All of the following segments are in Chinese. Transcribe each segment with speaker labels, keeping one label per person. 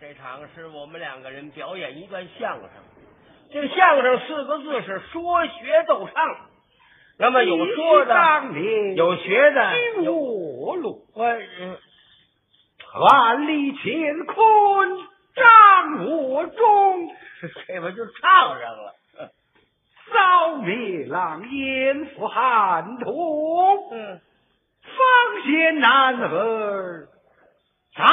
Speaker 1: 这场是我们两个人表演一段相声，这个相声四个字是说学逗唱。那么有说的，
Speaker 2: 当年
Speaker 1: 有学的，有
Speaker 2: 我鲁，
Speaker 1: 哎嗯
Speaker 2: 万里乾坤掌我中，
Speaker 1: 这不就唱上了？
Speaker 2: 扫灭狼烟赴汉土，
Speaker 1: 嗯，
Speaker 2: 方贤男儿扎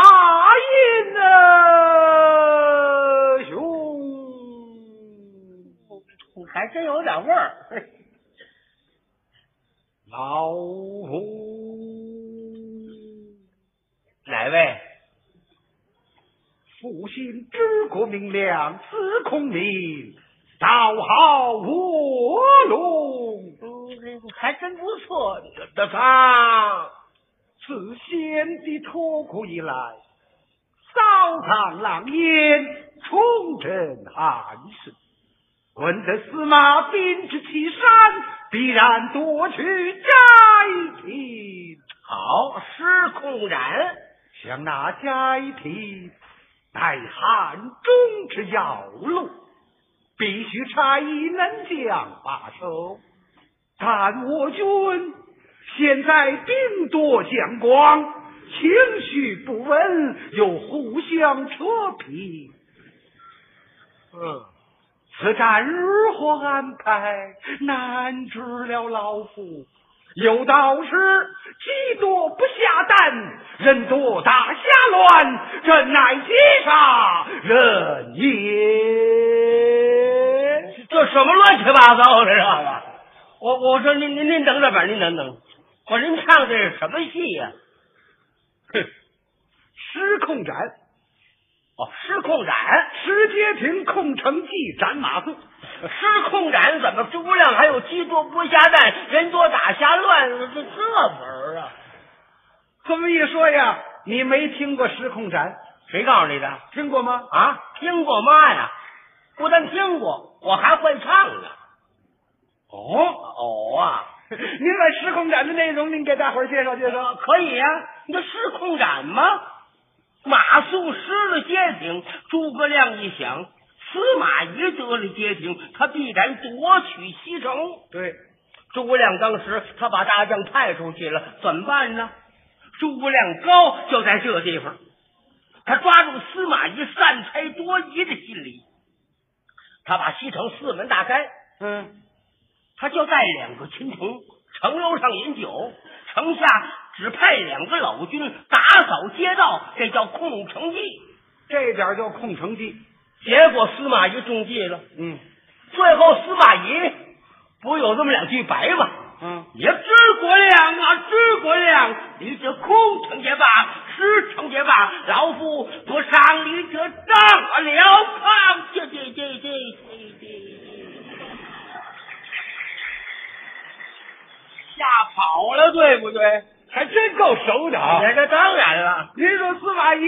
Speaker 2: 营啊雄。
Speaker 1: 还真有点味儿。嘿
Speaker 2: 老夫
Speaker 1: 哪位？
Speaker 2: 复兴治国明亮，自孔明，道好卧龙，
Speaker 1: 嗯，还真不错。的唱，
Speaker 2: 自先帝托孤以来，扫荡狼烟，重振汉室。闻得司马兵至岐山，必然夺取斋庭。
Speaker 1: 好，施空斩。
Speaker 2: 想那斋庭，乃汉中之要路，必须差役能将把守。但我军现在兵多将广，情绪不稳，又互相扯皮。
Speaker 1: 嗯，
Speaker 2: 此战如何安排，难知了老夫。有道是鸡多不下蛋，人多打瞎乱，人乃鸡杀人也。
Speaker 1: 这什么乱七八糟的，知道吗？我我说您您您等着吧，您等等。我说您唱这是什么戏 呀、哼，
Speaker 2: 失控斩，
Speaker 1: 哦，失控斩，
Speaker 2: 石阶亭控城计斩马谡。
Speaker 1: 失控斩怎么诸葛亮还有鸡多不下蛋，人多打瞎乱，这这门儿啊？
Speaker 2: 这么一说呀，你没听过失控斩，
Speaker 1: 谁告诉你的？
Speaker 2: 听过吗？
Speaker 1: 啊，听过妈呀！不但听过，我还会唱呢。
Speaker 2: 哦，
Speaker 1: 哦啊，
Speaker 2: 您把失控斩的内容，您给大伙儿介绍介绍。
Speaker 1: 可以呀、你这失控斩吗？马谡失了街亭，诸葛亮一想，司马懿得了街亭，他必然夺取西城。
Speaker 2: 对，
Speaker 1: 诸葛亮当时他把大将派出去了，怎么办呢？诸葛亮高就在这地方，他抓住司马懿擅猜多疑的心理，他把西城四门大开，
Speaker 2: 嗯，
Speaker 1: 他就带两个亲童，城楼上饮酒，城下只派两个老军打扫街道，这叫控城计。
Speaker 2: 这点儿叫控城计。
Speaker 1: 结果司马懿中计了，
Speaker 2: 嗯
Speaker 1: 最后司马懿不有这么两句白吗？
Speaker 2: 嗯，
Speaker 1: 也诸葛亮啊，诸葛亮，你这空城也罢，失城也罢，老夫不上你这当了抗，这这这这这这，吓跑了，对不对？
Speaker 2: 还真够熟的啊！
Speaker 1: 这当然了
Speaker 2: 您说司马懿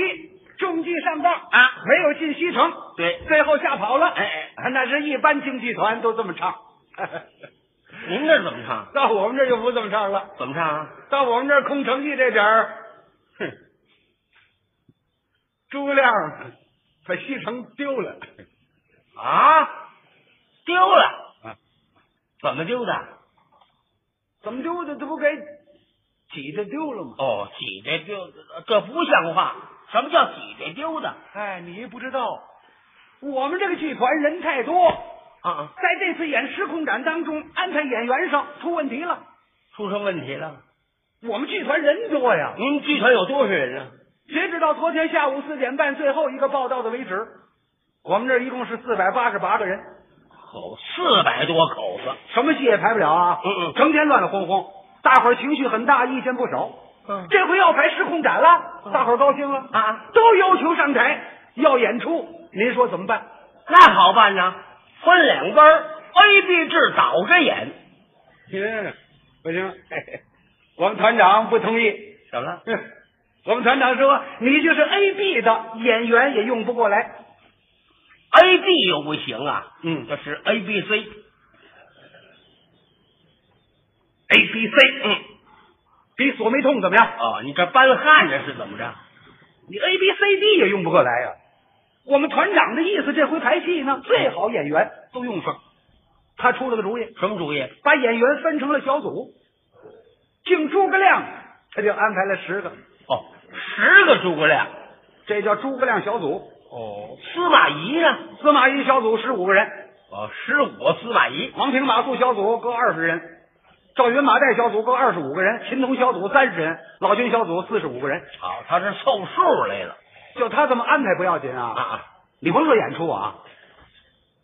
Speaker 2: 中计上当，
Speaker 1: 啊，
Speaker 2: 没有进西城，
Speaker 1: 对，
Speaker 2: 最后吓跑了。
Speaker 1: 哎哎，
Speaker 2: 那是一般京剧团都这么唱，
Speaker 1: 您这怎么唱？
Speaker 2: 到我们这儿就不这么唱了。
Speaker 1: 怎么唱啊？
Speaker 2: 到我们这儿空城计这点儿，
Speaker 1: 哼，
Speaker 2: 诸葛亮把西城丢了，
Speaker 1: 啊，丢了
Speaker 2: 啊，
Speaker 1: 怎么丢的？
Speaker 2: 怎么丢的？这不给挤着丢了吗？
Speaker 1: 哦，挤着丢，这不像话。什么叫挤着丢的？
Speaker 2: 哎，你不知道，我们这个剧团人太多，
Speaker 1: 啊，
Speaker 2: 在这次演失控展当中，安排演员上出问题了。
Speaker 1: 出什么问题了？
Speaker 2: 我们剧团人多呀，
Speaker 1: 您剧团有多少人啊？
Speaker 2: 截止到昨天下午四点半最后一个报道的为止，我们这儿一共是四百八十八个人，
Speaker 1: 口四百多口子。
Speaker 2: 什么戏也排不了啊，
Speaker 1: 嗯嗯
Speaker 2: 成天乱乱哄哄，大伙儿情绪很大，意见不少。
Speaker 1: 嗯
Speaker 2: 这回要排失控展了，大伙儿高兴了，
Speaker 1: 啊，
Speaker 2: 都要求上台要演出，您说怎么办？
Speaker 1: 那好办呐，分两班儿，A、B 制倒着演。
Speaker 2: 嗯，不行， 我们团长不同意。
Speaker 1: 怎么了？
Speaker 2: 我们团长说，你就是 A B 的演员也用不过来。
Speaker 1: ？A、B 又不行啊？
Speaker 2: 嗯
Speaker 1: 这是 A、B、C。
Speaker 2: ，A B C，
Speaker 1: 嗯，
Speaker 2: 比锁眉痛怎么样？
Speaker 1: 哦，你这搬汉着是怎么着？
Speaker 2: 你 A B C D 也用不过来呀、啊我们团长的意思，这回排戏呢，最好演员都用上。他出了个主意，
Speaker 1: 什么主意？
Speaker 2: 把演员分成了小组，敬诸葛亮，他就安排了十个，
Speaker 1: 哦，十个诸葛亮。
Speaker 2: 这叫诸葛亮小组。
Speaker 1: 哦，司马懿呢？
Speaker 2: 司马懿小组十五个人，
Speaker 1: 哦，十五司马懿。
Speaker 2: 王平、马谡小组各二十人，赵云、马岱小组各二十五个人，秦童小组三十人，老君小组四十五个人。
Speaker 1: 好、他是凑数来了
Speaker 2: 就他这么安排不要紧啊，
Speaker 1: 啊！
Speaker 2: 你甭说演出啊，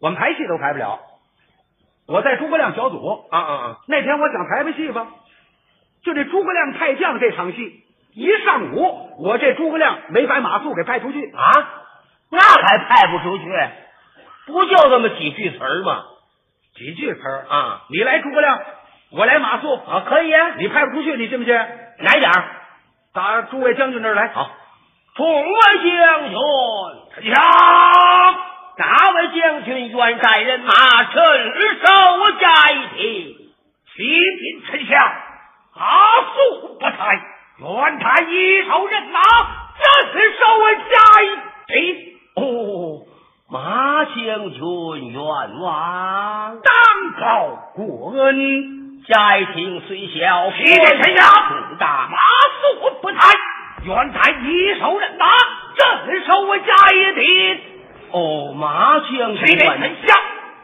Speaker 2: 我们排戏都排不了。我在诸葛亮小组
Speaker 1: 啊啊啊！
Speaker 2: 那天，我想排排戏吧，就这诸葛亮太将这场戏，一上午我这诸葛亮没把马谡给派出去，
Speaker 1: 啊，那还派不出去？不就这么几句词儿吗？
Speaker 2: 几句词儿啊，
Speaker 1: 啊
Speaker 2: 你来诸葛亮，我来马谡，
Speaker 1: 啊，可以啊，
Speaker 2: 你派不出去，你信不信？
Speaker 1: 哪点儿？
Speaker 2: 打诸位将军这儿来，
Speaker 1: 好，众位将军，呀，哪位将军愿带人马趁手加一提？
Speaker 2: 启禀丞相，阿速不才，愿他一手任马，这次稍微加一提。
Speaker 1: 哦，马将军愿望
Speaker 2: 当告国恩，
Speaker 1: 家庭虽小，
Speaker 2: 提点臣下
Speaker 1: 不大。
Speaker 2: 马谡不才，愿他一手任马，这手我加一提。
Speaker 1: 哦，马将
Speaker 2: 提
Speaker 1: 军
Speaker 2: 点
Speaker 1: 愿
Speaker 2: 丞相，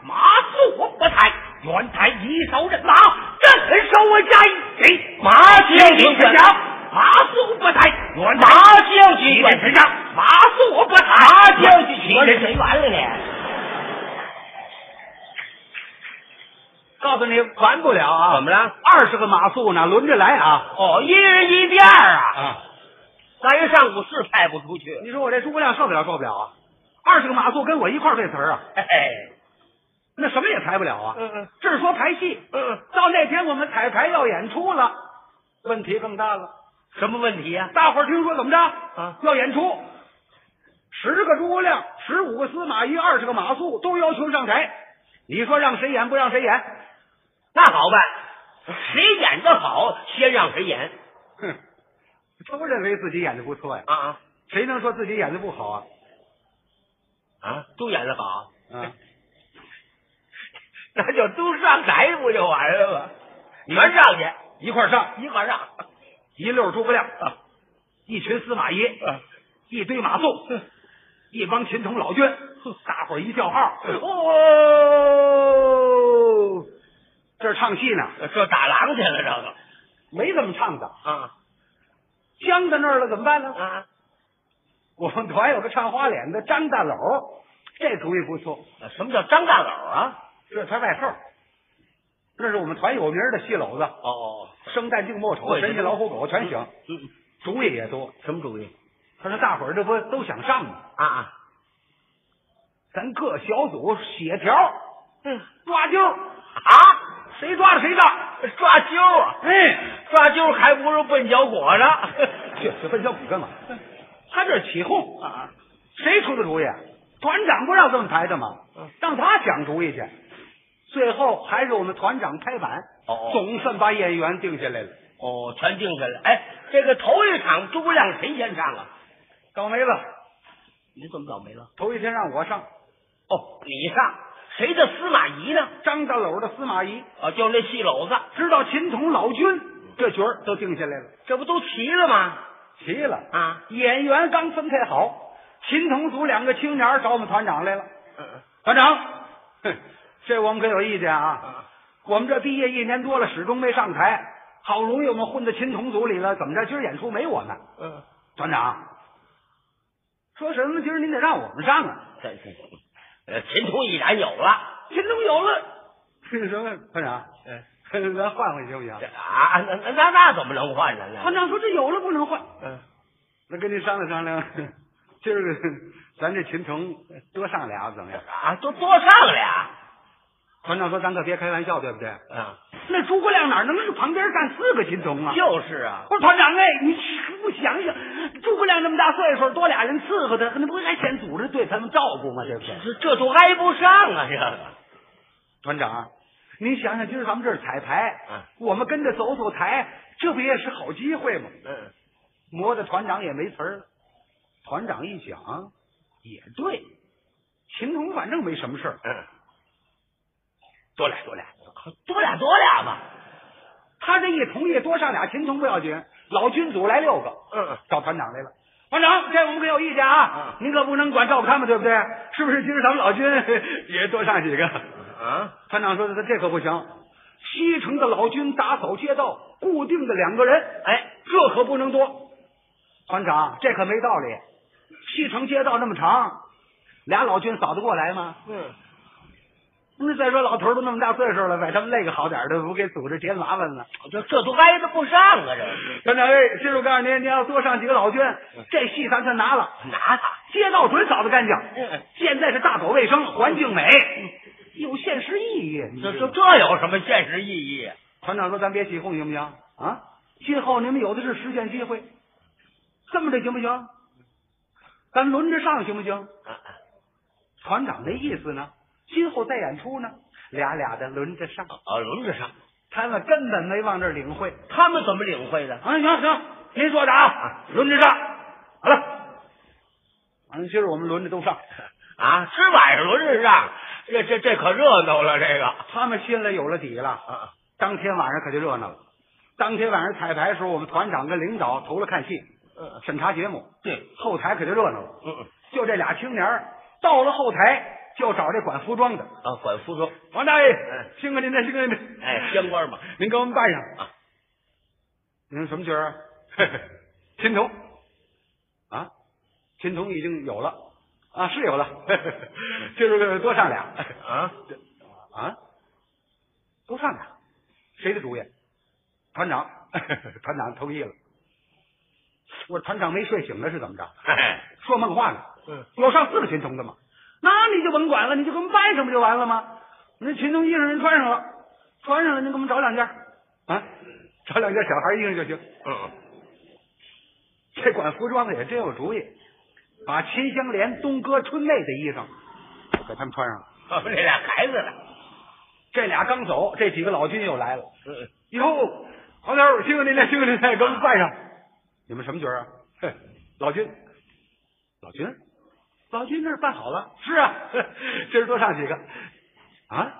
Speaker 2: 马谡不才，愿他一手任马，这手我加一提。
Speaker 1: 马
Speaker 2: 提
Speaker 1: 将军
Speaker 2: 点
Speaker 1: 愿
Speaker 2: 丞相，马谡不才，愿
Speaker 1: 马
Speaker 2: 他
Speaker 1: 将军
Speaker 2: 提
Speaker 1: 愿
Speaker 2: 点丞相，马谡不才，
Speaker 1: 马将军
Speaker 2: 提点
Speaker 1: 谁完了呢？
Speaker 2: 告诉你，完不了啊！
Speaker 1: 怎么了？
Speaker 2: 二十个马谡呢，轮着来啊！
Speaker 1: 哦，一人一边儿啊！
Speaker 2: 啊，
Speaker 1: 咱一上午是派不出去。
Speaker 2: 你说我这诸葛亮受得了受不了啊？二十个马谡跟我一块儿对词儿啊，
Speaker 1: 嘿嘿，
Speaker 2: 那什么也排不了啊！
Speaker 1: 嗯嗯
Speaker 2: 这是说排戏，
Speaker 1: 嗯，
Speaker 2: 到那天我们彩排要演出了，问题更大了。
Speaker 1: 什么问题呀、
Speaker 2: 大伙儿听说怎么着？
Speaker 1: 啊
Speaker 2: 要演出，十个诸葛亮，十五个司马懿，二十个马谡都要求上台，你说让谁演不让谁演？
Speaker 1: 那好办，谁演的好，先让谁演
Speaker 2: 哼，都认为自己演的不错呀，
Speaker 1: 啊啊
Speaker 2: 谁能说自己演的不好啊？
Speaker 1: 啊！都演的好，
Speaker 2: 啊，
Speaker 1: 那就都上台不就完了吗？全上去，啊
Speaker 2: 一块儿上。
Speaker 1: 一块儿上。
Speaker 2: 一溜儿诸葛亮，一群司马懿，
Speaker 1: 啊
Speaker 2: 一堆马
Speaker 1: 嗯
Speaker 2: 谡，一帮秦童老君，大伙儿一叫号，
Speaker 1: 嗯
Speaker 2: 哦，这儿唱戏呢，
Speaker 1: 这打狼去了，这个
Speaker 2: 没这么唱的，
Speaker 1: 啊
Speaker 2: 僵在那儿了怎么办呢？
Speaker 1: 啊！
Speaker 2: 我们团有个唱花脸的张大篓，这主意不错，
Speaker 1: 什么叫张大佬啊？
Speaker 2: 这是他外号，这是我们团有名的戏篓子，
Speaker 1: 哦，
Speaker 2: 生旦净末丑，
Speaker 1: 会
Speaker 2: 神仙老虎狗全行，
Speaker 1: 嗯，
Speaker 2: 主意也多。
Speaker 1: 什么主意
Speaker 2: 可是大伙儿这不都想上吗？
Speaker 1: 啊啊？
Speaker 2: 咱各小组写条，
Speaker 1: 嗯
Speaker 2: 抓阄，
Speaker 1: 啊，
Speaker 2: 谁抓了谁上。
Speaker 1: 抓阄啊！
Speaker 2: 哎，
Speaker 1: 抓阄还不如笨脚果呢。
Speaker 2: 这这问小鬼干嘛？
Speaker 1: 嗯
Speaker 2: 他这是起哄啊！谁出的主意？啊团长不让这么排的吗
Speaker 1: 嗯？
Speaker 2: 让他想主意去。最后还是我们团长拍板，
Speaker 1: 哦
Speaker 2: 总算把演员定下来了。
Speaker 1: 哦，全定下来。哎，这个头一场诸葛亮谁先上啊？
Speaker 2: 倒霉了，
Speaker 1: 你怎么倒霉了？
Speaker 2: 头一天让我上
Speaker 1: 哦，你上，谁的司马懿呢？
Speaker 2: 张大篓的司马懿，
Speaker 1: 啊，就是那戏篓子，
Speaker 2: 直到秦童老君
Speaker 1: 嗯
Speaker 2: 这角儿都定下来了，
Speaker 1: 这不都齐了吗？
Speaker 2: 齐了！
Speaker 1: 啊，
Speaker 2: 演员刚分配好，秦童组两个青年儿找我们团长来了。
Speaker 1: 嗯，
Speaker 2: 团长，哼，这我们可有意见啊！
Speaker 1: 啊，
Speaker 2: 我们这毕业一年多了，始终没上台。好容易我们混到秦童组里了，怎么着？今儿演出没我们？
Speaker 1: 嗯，
Speaker 2: 团长，说什么？今儿您得让我们上啊！
Speaker 1: 这这， 呃，秦童已然有了。
Speaker 2: 秦童有 了，是什么？团长，
Speaker 1: 嗯，
Speaker 2: 咱换换行不行
Speaker 1: 这？啊，那那那那怎么能换人呢？
Speaker 2: 团长说这有了不能换，
Speaker 1: 嗯，
Speaker 2: 那跟您商量商量， 今儿个 咱这秦童多上俩怎么样？
Speaker 1: 啊，都多上俩。
Speaker 2: 团长说咱可别开玩笑，对不对？
Speaker 1: 啊，
Speaker 2: 那诸葛亮哪能是旁边站四个秦童啊？
Speaker 1: 就是啊，
Speaker 2: 不是团长哎，你不想想，诸葛亮那么大岁数，多俩人伺候他，那不还显组织对他们照顾吗？对不对？
Speaker 1: 这这都挨不上啊，这个。
Speaker 2: 团长，您想想，今儿咱们这儿彩排，
Speaker 1: 嗯
Speaker 2: 我们跟着走走台，这不也是好机会吗？
Speaker 1: 嗯，
Speaker 2: 磨的团长也没词儿了。团长一想，也对，秦童反正没什么事儿，
Speaker 1: 嗯，多俩多俩，多俩多俩吧。
Speaker 2: 他这一同意多上俩秦童不要紧，老军组来六个，
Speaker 1: 嗯，
Speaker 2: 找团长来了。团长，这我们可有意见啊！您可不能管照顾他们，对不对？是不是？今儿咱们老军 也多上几个。
Speaker 1: 啊，
Speaker 2: 团长说的，这可不行。西城的老军打扫街道，固定的两个人，
Speaker 1: 哎，
Speaker 2: 这可不能多。团长，这可没道理。西城街道那么长，俩老军扫得过来吗？
Speaker 1: 嗯，
Speaker 2: 那再说老头儿都那么大岁数了，把他们累个好点儿的，不给组织添麻烦了。
Speaker 1: 这这都挨着不上啊，这
Speaker 2: 团长，哎，师傅告诉您，您要多上几个老军，这戏咱算拿了。
Speaker 1: 拿他。
Speaker 2: 街道准扫得干净。
Speaker 1: 嗯，
Speaker 2: 现在是大狗卫生，环境美，有现实意义。你
Speaker 1: 这
Speaker 2: 知
Speaker 1: 这
Speaker 2: 道吗
Speaker 1: 这有什么现实意义？啊
Speaker 2: 团长说：“咱别起哄，行不行？啊，今后你们有的是实践机会，这么着行不行？咱轮着上行不行？”
Speaker 1: 啊
Speaker 2: 团长那意思呢，今后再演出呢，俩俩的轮着上。
Speaker 1: 啊，轮着上，
Speaker 2: 他们根本没往这儿领会。
Speaker 1: 他们怎么领会的？
Speaker 2: 啊，行行，您说的啊，轮着上。好了，完了，今儿我们轮着都上。
Speaker 1: 啊，吃晚上轮着上，这这这可热闹了，这个。
Speaker 2: 他们心里有了底了。
Speaker 1: 啊，
Speaker 2: 当天晚上可就热闹了。当天晚上彩排的时候，我们团长跟领导投了看戏，
Speaker 1: 嗯，
Speaker 2: 审查节目，
Speaker 1: 对，
Speaker 2: 后台可就热闹了。
Speaker 1: 嗯嗯，
Speaker 2: 就这俩青年儿到了后台，就找这管服装的
Speaker 1: 啊，管服装，
Speaker 2: 王大爷
Speaker 1: 嗯，
Speaker 2: 辛苦您了，辛苦您了，
Speaker 1: 哎，相关嘛，
Speaker 2: 您给我们办上
Speaker 1: 啊。
Speaker 2: 您什么角 儿啊？秦童啊，秦童已经有了啊，是 有了，就是多上俩
Speaker 1: 啊，
Speaker 2: 啊，多上俩，谁的主意？团长， 团长同意了。我说团长没睡醒呢，是怎么着？
Speaker 1: 哎，
Speaker 2: 说梦话呢？
Speaker 1: 嗯，
Speaker 2: 有上四个群童的吗？那你就甭管了，你就给我们办上不就完了吗？那群童衣裳人穿上了，穿上了，你给我们找两件儿啊，找两件小孩衣裳就行。
Speaker 1: 嗯，
Speaker 2: 这管服装的也真有主意，把秦香莲、东哥、春妹的衣裳给他们穿上了。
Speaker 1: 我们这俩孩子了，
Speaker 2: 这俩刚走，这几个老军又来了。
Speaker 1: 嗯，
Speaker 2: 哟，王头儿，辛苦您了，辛苦您了，给我们办上。你们什么角儿啊？嘿，老军，老军，老军那儿办好了。是啊，呵今儿多上几个啊，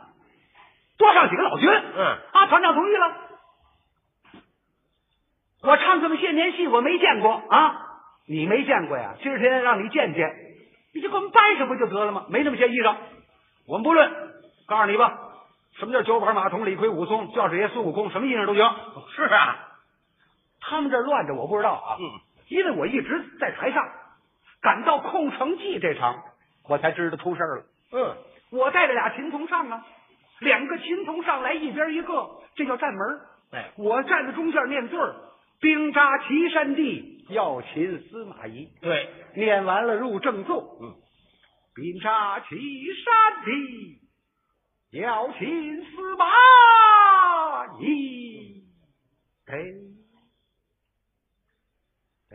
Speaker 2: 多上几个老军。
Speaker 1: 嗯
Speaker 2: 啊，团长同意了。我唱这么些年戏，我没见过啊，你没见过呀？今儿天让你见见，你就给我们办上不就得了吗？没那么些衣裳，我们不论。告诉你吧，什么叫九板马童、李逵、武松、教师爷、孙悟空，什么衣裳都行。
Speaker 1: 是啊，
Speaker 2: 他们这儿乱着，我不知道啊，
Speaker 1: 嗯，
Speaker 2: 因为我一直在台上，赶到《空城计》这场，我才知道出事儿了。
Speaker 1: 嗯，
Speaker 2: 我带着俩琴童上啊，两个琴童上来，一边一个，这叫站门儿。
Speaker 1: 哎，
Speaker 2: 我站在中间念对儿，兵扎岐山地，要擒司马懿。
Speaker 1: 对，
Speaker 2: 念完了入正奏，
Speaker 1: 嗯，
Speaker 2: 兵扎岐山地，要擒司马懿。哎，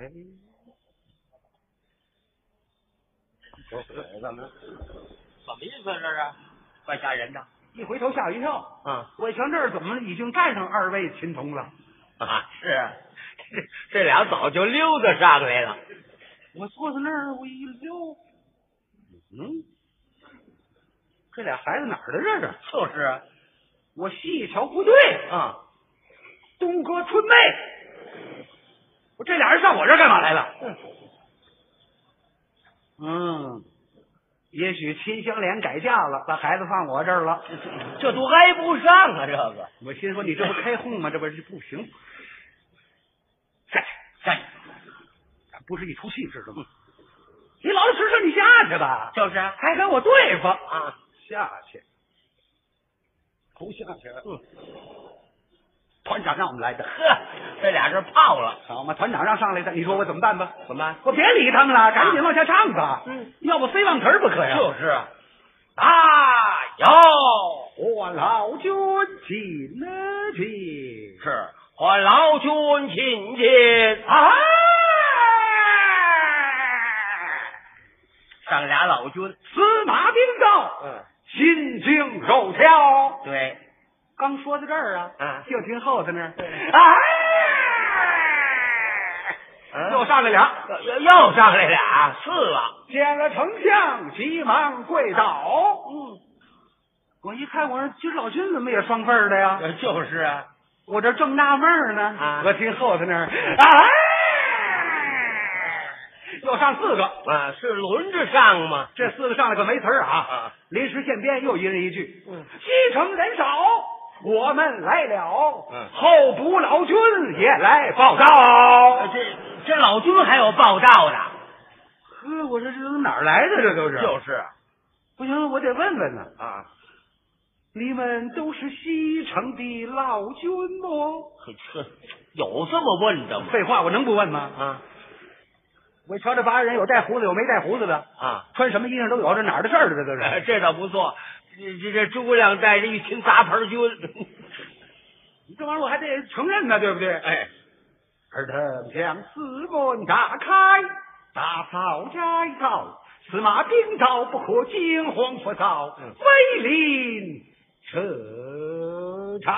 Speaker 2: 哎，
Speaker 1: 哦怎么什么意思啊这是？怪吓人的。
Speaker 2: 一回头吓我一跳，
Speaker 1: 啊
Speaker 2: 我一瞧这儿怎么已经站上二位秦童了？
Speaker 1: 啊，是啊， 这这俩早就溜达上来了。
Speaker 2: 我坐在那儿，我一溜，嗯，这俩孩子哪儿的这是？
Speaker 1: 就是啊，
Speaker 2: 我细一瞧不对，
Speaker 1: 啊，
Speaker 2: 东哥春妹，我这俩人上我这儿干嘛来了？嗯，也许秦香莲改嫁了，把孩子放我这儿了。
Speaker 1: 这都挨不上啊，这个。
Speaker 2: 我心说你这不开哄吗？这不是不行，下去下去，
Speaker 1: 哎
Speaker 2: 咱不是一出戏知道吗？你老老实实你下去吧，
Speaker 1: 就是啊，
Speaker 2: 还跟我对付。
Speaker 1: 啊，
Speaker 2: 下去，不下去。嗯，团长让我们来的，
Speaker 1: 呵，这俩是泡了，
Speaker 2: 好嘛，团长让上来的，你说我怎么办吧？
Speaker 1: 怎么办？
Speaker 2: 我别理他们了，赶紧往下唱吧。
Speaker 1: 啊嗯，
Speaker 2: 要不非忘词儿不可呀。
Speaker 1: 就是啊，
Speaker 2: 啊，
Speaker 1: 哎有
Speaker 2: 我老君起了去
Speaker 1: 是我劳军亲近，
Speaker 2: 啊！
Speaker 1: 上俩老军。
Speaker 2: 司马兵到，
Speaker 1: 嗯，
Speaker 2: 心惊肉跳。
Speaker 1: 对，
Speaker 2: 刚说到这儿啊，
Speaker 1: 啊
Speaker 2: 就听后头那儿，
Speaker 1: 对
Speaker 2: 哎，
Speaker 1: 嗯
Speaker 2: 又上来俩，
Speaker 1: 又又又上来俩，四啊了。
Speaker 2: 见了丞相，急忙跪倒。
Speaker 1: 嗯，
Speaker 2: 我一看，我说今儿老君怎么也双份儿的呀？
Speaker 1: 就是啊，
Speaker 2: 我这正纳闷儿呢，
Speaker 1: 啊
Speaker 2: 我听后头那儿，哎，又上四个，
Speaker 1: 啊，是轮着上嘛。
Speaker 2: 这四个上来可没词儿啊，
Speaker 1: 啊，
Speaker 2: 临时现编，又一人一句。
Speaker 1: 嗯，
Speaker 2: 西城人少，我们来了。
Speaker 1: 嗯
Speaker 2: 候补老君也来报道。
Speaker 1: 呃这这老君还有报道的，
Speaker 2: 呵，呃我说这都哪儿来的？这都是
Speaker 1: 就是
Speaker 2: 不行，我得问问呢。
Speaker 1: 啊，
Speaker 2: 你们都是西城的老君不？
Speaker 1: 这有这么问的吗？
Speaker 2: 废话，我能不问吗？
Speaker 1: 啊
Speaker 2: 我瞧这八人有带胡子，有没带胡子的，
Speaker 1: 啊，
Speaker 2: 穿什么衣裳都有，这哪儿的事儿这都
Speaker 1: 哎
Speaker 2: 是。
Speaker 1: 这倒不错。这这这诸葛亮带着一群杂牌军，
Speaker 2: 你这玩意儿我还得承认呢，对不对？
Speaker 1: 哎，
Speaker 2: 儿童将四门打开，打草摘草，司马兵到，不可惊慌不躁
Speaker 1: 嗯，
Speaker 2: 威临车站。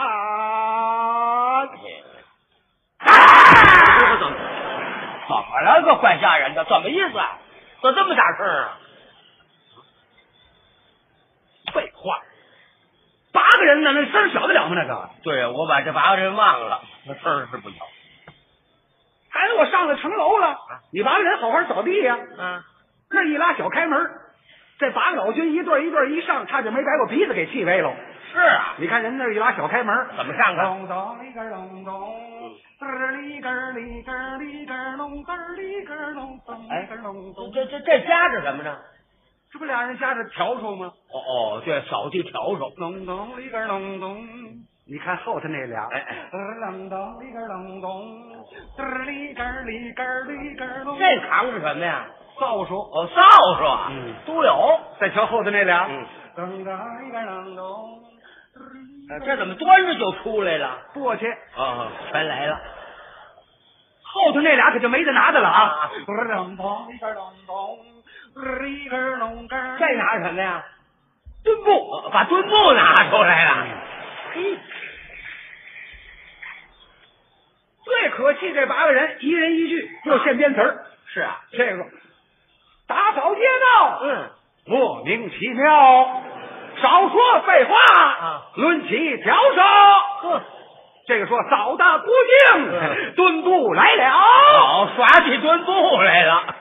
Speaker 1: 哎啊怎么怎么了？这怪吓人的，怎么意思啊？怎么这么点事儿啊？
Speaker 2: 废话，八个人呢，那声儿小得了吗？那个，
Speaker 1: 对呀，我把这八个人忘了，嗯那事儿是不小。
Speaker 2: 还哎有我上了城楼了，你八个人好好扫地呀、
Speaker 1: 啊，
Speaker 2: 那一拉小开门儿，这八个老军一对儿一对儿一上，差点没把我鼻子给气歪喽。
Speaker 1: 是啊，
Speaker 2: 你看人那儿一拉小开门儿，
Speaker 1: 怎么上啊？
Speaker 2: 咚咚哩个儿咚咚，嘚儿哩个儿哩个儿哩个儿咚，嘚儿哩个儿咚，咚哩个儿咚咚。
Speaker 1: 哎这这这夹着什么呢？
Speaker 2: 这不俩人夹着笤帚吗？
Speaker 1: 哦哦，对，扫地笤帚。
Speaker 2: 咚咚哩个儿咚咚。你看后头那俩，
Speaker 1: 哎哎
Speaker 2: 嘚儿咚咚哩个儿咚咚，嘚儿哩个儿哩个儿哩个儿咚。
Speaker 1: 这扛着什么呀？
Speaker 2: 扫帚。
Speaker 1: 哦，扫帚啊，
Speaker 2: 嗯
Speaker 1: 都有。
Speaker 2: 再瞧后头那俩，
Speaker 1: 嗯
Speaker 2: 咚咚哩个儿咚咚。
Speaker 1: 呃这怎么端着就出来了？
Speaker 2: 过去？
Speaker 1: 啊，全来了。
Speaker 2: 后头那俩可就没得拿的了啊
Speaker 1: 啊！
Speaker 2: 在
Speaker 1: 再拿什么呀？
Speaker 2: 蹲步，
Speaker 1: 哦把墩布拿出来了。嘿，
Speaker 2: 最可气这八个人，一人一句，又现编词儿。
Speaker 1: 是啊，
Speaker 2: 这个打扫街道，
Speaker 1: 嗯，
Speaker 2: 莫名其妙，少说废话
Speaker 1: 啊
Speaker 2: 抡起笤帚。
Speaker 1: 呵，
Speaker 2: 这个说扫大郭靖，
Speaker 1: 嗯
Speaker 2: 蹲步来了。
Speaker 1: 好，耍起墩布来了。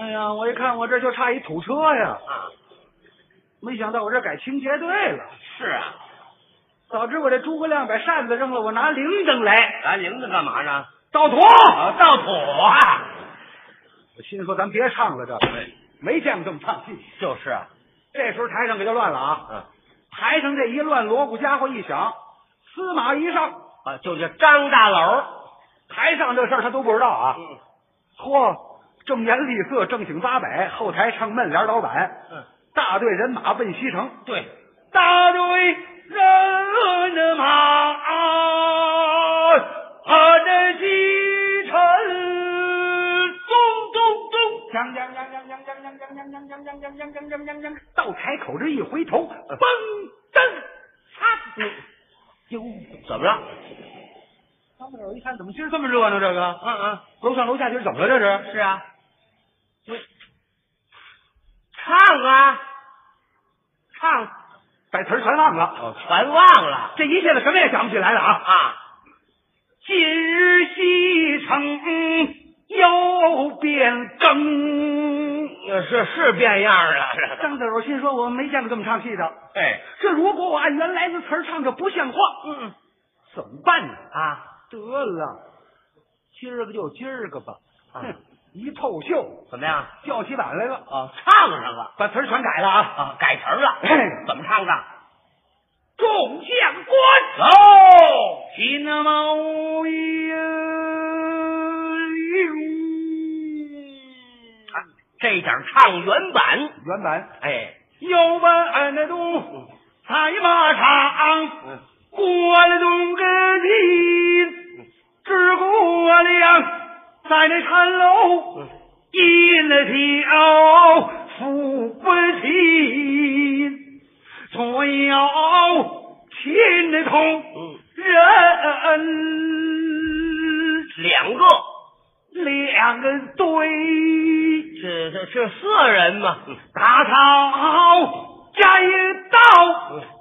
Speaker 2: 哎呀，我一看我这就差一土车呀，
Speaker 1: 啊，
Speaker 2: 没想到我这改清洁队了。
Speaker 1: 是啊，
Speaker 2: 早知我这诸葛亮把扇子扔了，我拿铃铛来
Speaker 1: 拿铃子干嘛呢？
Speaker 2: 倒土。
Speaker 1: 啊，倒土啊。
Speaker 2: 我心说咱别唱了，这没见过这么唱戏。
Speaker 1: 就是啊，
Speaker 2: 这时候台上可就乱了啊！
Speaker 1: 啊
Speaker 2: 台上这一乱，锣鼓家伙一响，司马一上，
Speaker 1: 啊，就叫张大楼。
Speaker 2: 台上这事儿他都不知道啊。
Speaker 1: 嗯
Speaker 2: 嚯，正言厉色，正经八百，后台唱闷帘老板，
Speaker 1: 嗯，
Speaker 2: 大队人马奔西城，
Speaker 1: 对，
Speaker 2: 大队人马啊，这西城咚咚咚，锵锵锵锵锵锵锵锵锵锵锵锵锵锵锵锵锵，到台口这一回头，
Speaker 1: 呃
Speaker 2: 嘣噔，嚓，
Speaker 1: 哟，怎么了？
Speaker 2: 张大友一看，怎么今儿这么热闹？这个
Speaker 1: 嗯嗯，
Speaker 2: 楼上楼下今儿怎么了？这是
Speaker 1: 是啊。唱啊，唱。
Speaker 2: 把词儿全忘了，
Speaker 1: 哦，全忘了
Speaker 2: 这一下子什么也想不起来了啊！
Speaker 1: 啊！
Speaker 2: 今日西城又变更。
Speaker 1: 呃是是变样了，
Speaker 2: 张大友心说：“我没见过这么唱戏的，
Speaker 1: 哎，
Speaker 2: 这如果我按原来的词儿唱，这不像话，
Speaker 1: 嗯
Speaker 2: 怎么办呢？
Speaker 1: 啊，
Speaker 2: 得了，今儿个就今儿个吧。
Speaker 1: 啊
Speaker 2: 哼，一透袖，
Speaker 1: 怎么样？
Speaker 2: 叫起板来了，
Speaker 1: 啊，唱上了
Speaker 2: 把词儿全改了啊！
Speaker 1: 啊，改词儿了
Speaker 2: 哎，
Speaker 1: 怎么唱的？
Speaker 2: 众将官，
Speaker 1: 哦，
Speaker 2: 起那毛衣
Speaker 1: 啊这点儿唱原版，
Speaker 2: 原版
Speaker 1: 哎，
Speaker 2: 有板的东，采马场。
Speaker 1: 嗯，
Speaker 2: 我的东跟你知过量，在那城楼
Speaker 1: 嗯
Speaker 2: 引了条富不起，左右亲的同
Speaker 1: 嗯
Speaker 2: 人
Speaker 1: 两个，
Speaker 2: 两
Speaker 1: 这这这色人嘛，
Speaker 2: 大嫂加一刀，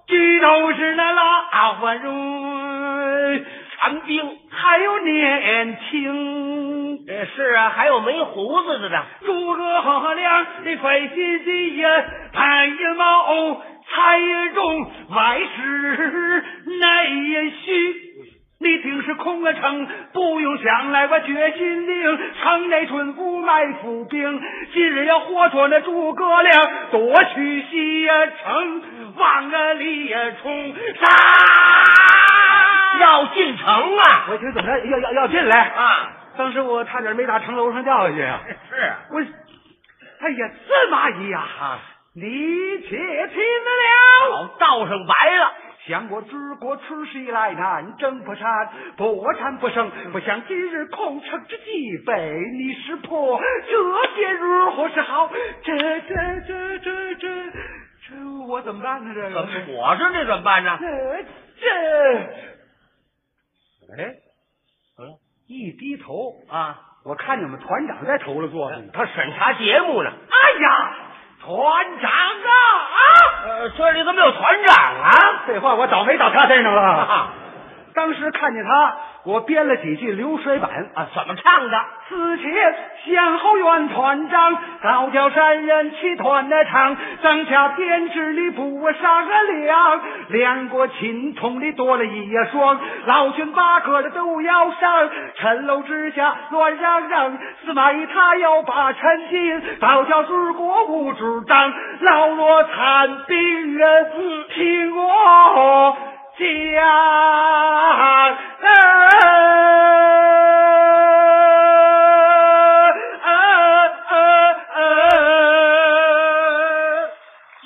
Speaker 2: 举头是那老人，
Speaker 1: 残兵。
Speaker 2: 还有年轻，
Speaker 1: 呃是啊，还有没胡子的呢。
Speaker 2: 诸葛亮这揣心机呀，潘一茂猜中外实内虚。你定是空了城，不用想来我决心定，城内屯不卖府兵，今日要活捉那诸葛亮，夺取西呀城，往啊里呀冲，杀！
Speaker 1: 要进城啊
Speaker 2: 我寻思怎么着要要要进来，
Speaker 1: 啊！
Speaker 2: 当时我差点没打城楼上掉下去啊！
Speaker 1: 是啊
Speaker 2: 我，哎呀，司马懿呀、
Speaker 1: 啊，
Speaker 2: 你且听得了。
Speaker 1: 好道上白了，
Speaker 2: 想我之国出师以来南征北战，不战不胜。不想今日空城之计被你识破，这些如何是好？这这这这这这我怎么办呢？这
Speaker 1: 怎
Speaker 2: 个
Speaker 1: 么我这这怎么办呢？
Speaker 2: 这这
Speaker 1: 哎，嗯
Speaker 2: 一低头，
Speaker 1: 啊，
Speaker 2: 我看你们团长在头了坐着呢。
Speaker 1: 他审查节目呢。
Speaker 2: 哎呀，团长啊啊！
Speaker 1: 呃，村里怎么有团长啊？
Speaker 2: 啊，废话，我倒霉倒他身上了。
Speaker 1: 啊，
Speaker 2: 当时看见他，我编了几句流水板啊，
Speaker 1: 怎么唱的？
Speaker 2: 此前向后院团长，高叫山人齐团的长，张家编制里补我上了两，两国秦统里多了一双，老君八个的都要上，陈楼之下乱嚷嚷，司马懿他要把陈进，保教治国无主张，老罗残兵人听我讲。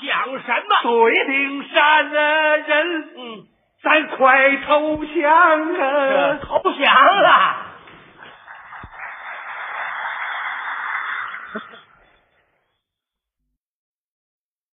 Speaker 1: 讲什么？
Speaker 2: 水顶山啊人，
Speaker 1: 嗯，
Speaker 2: 咱快投降啊！
Speaker 1: 呃投降了。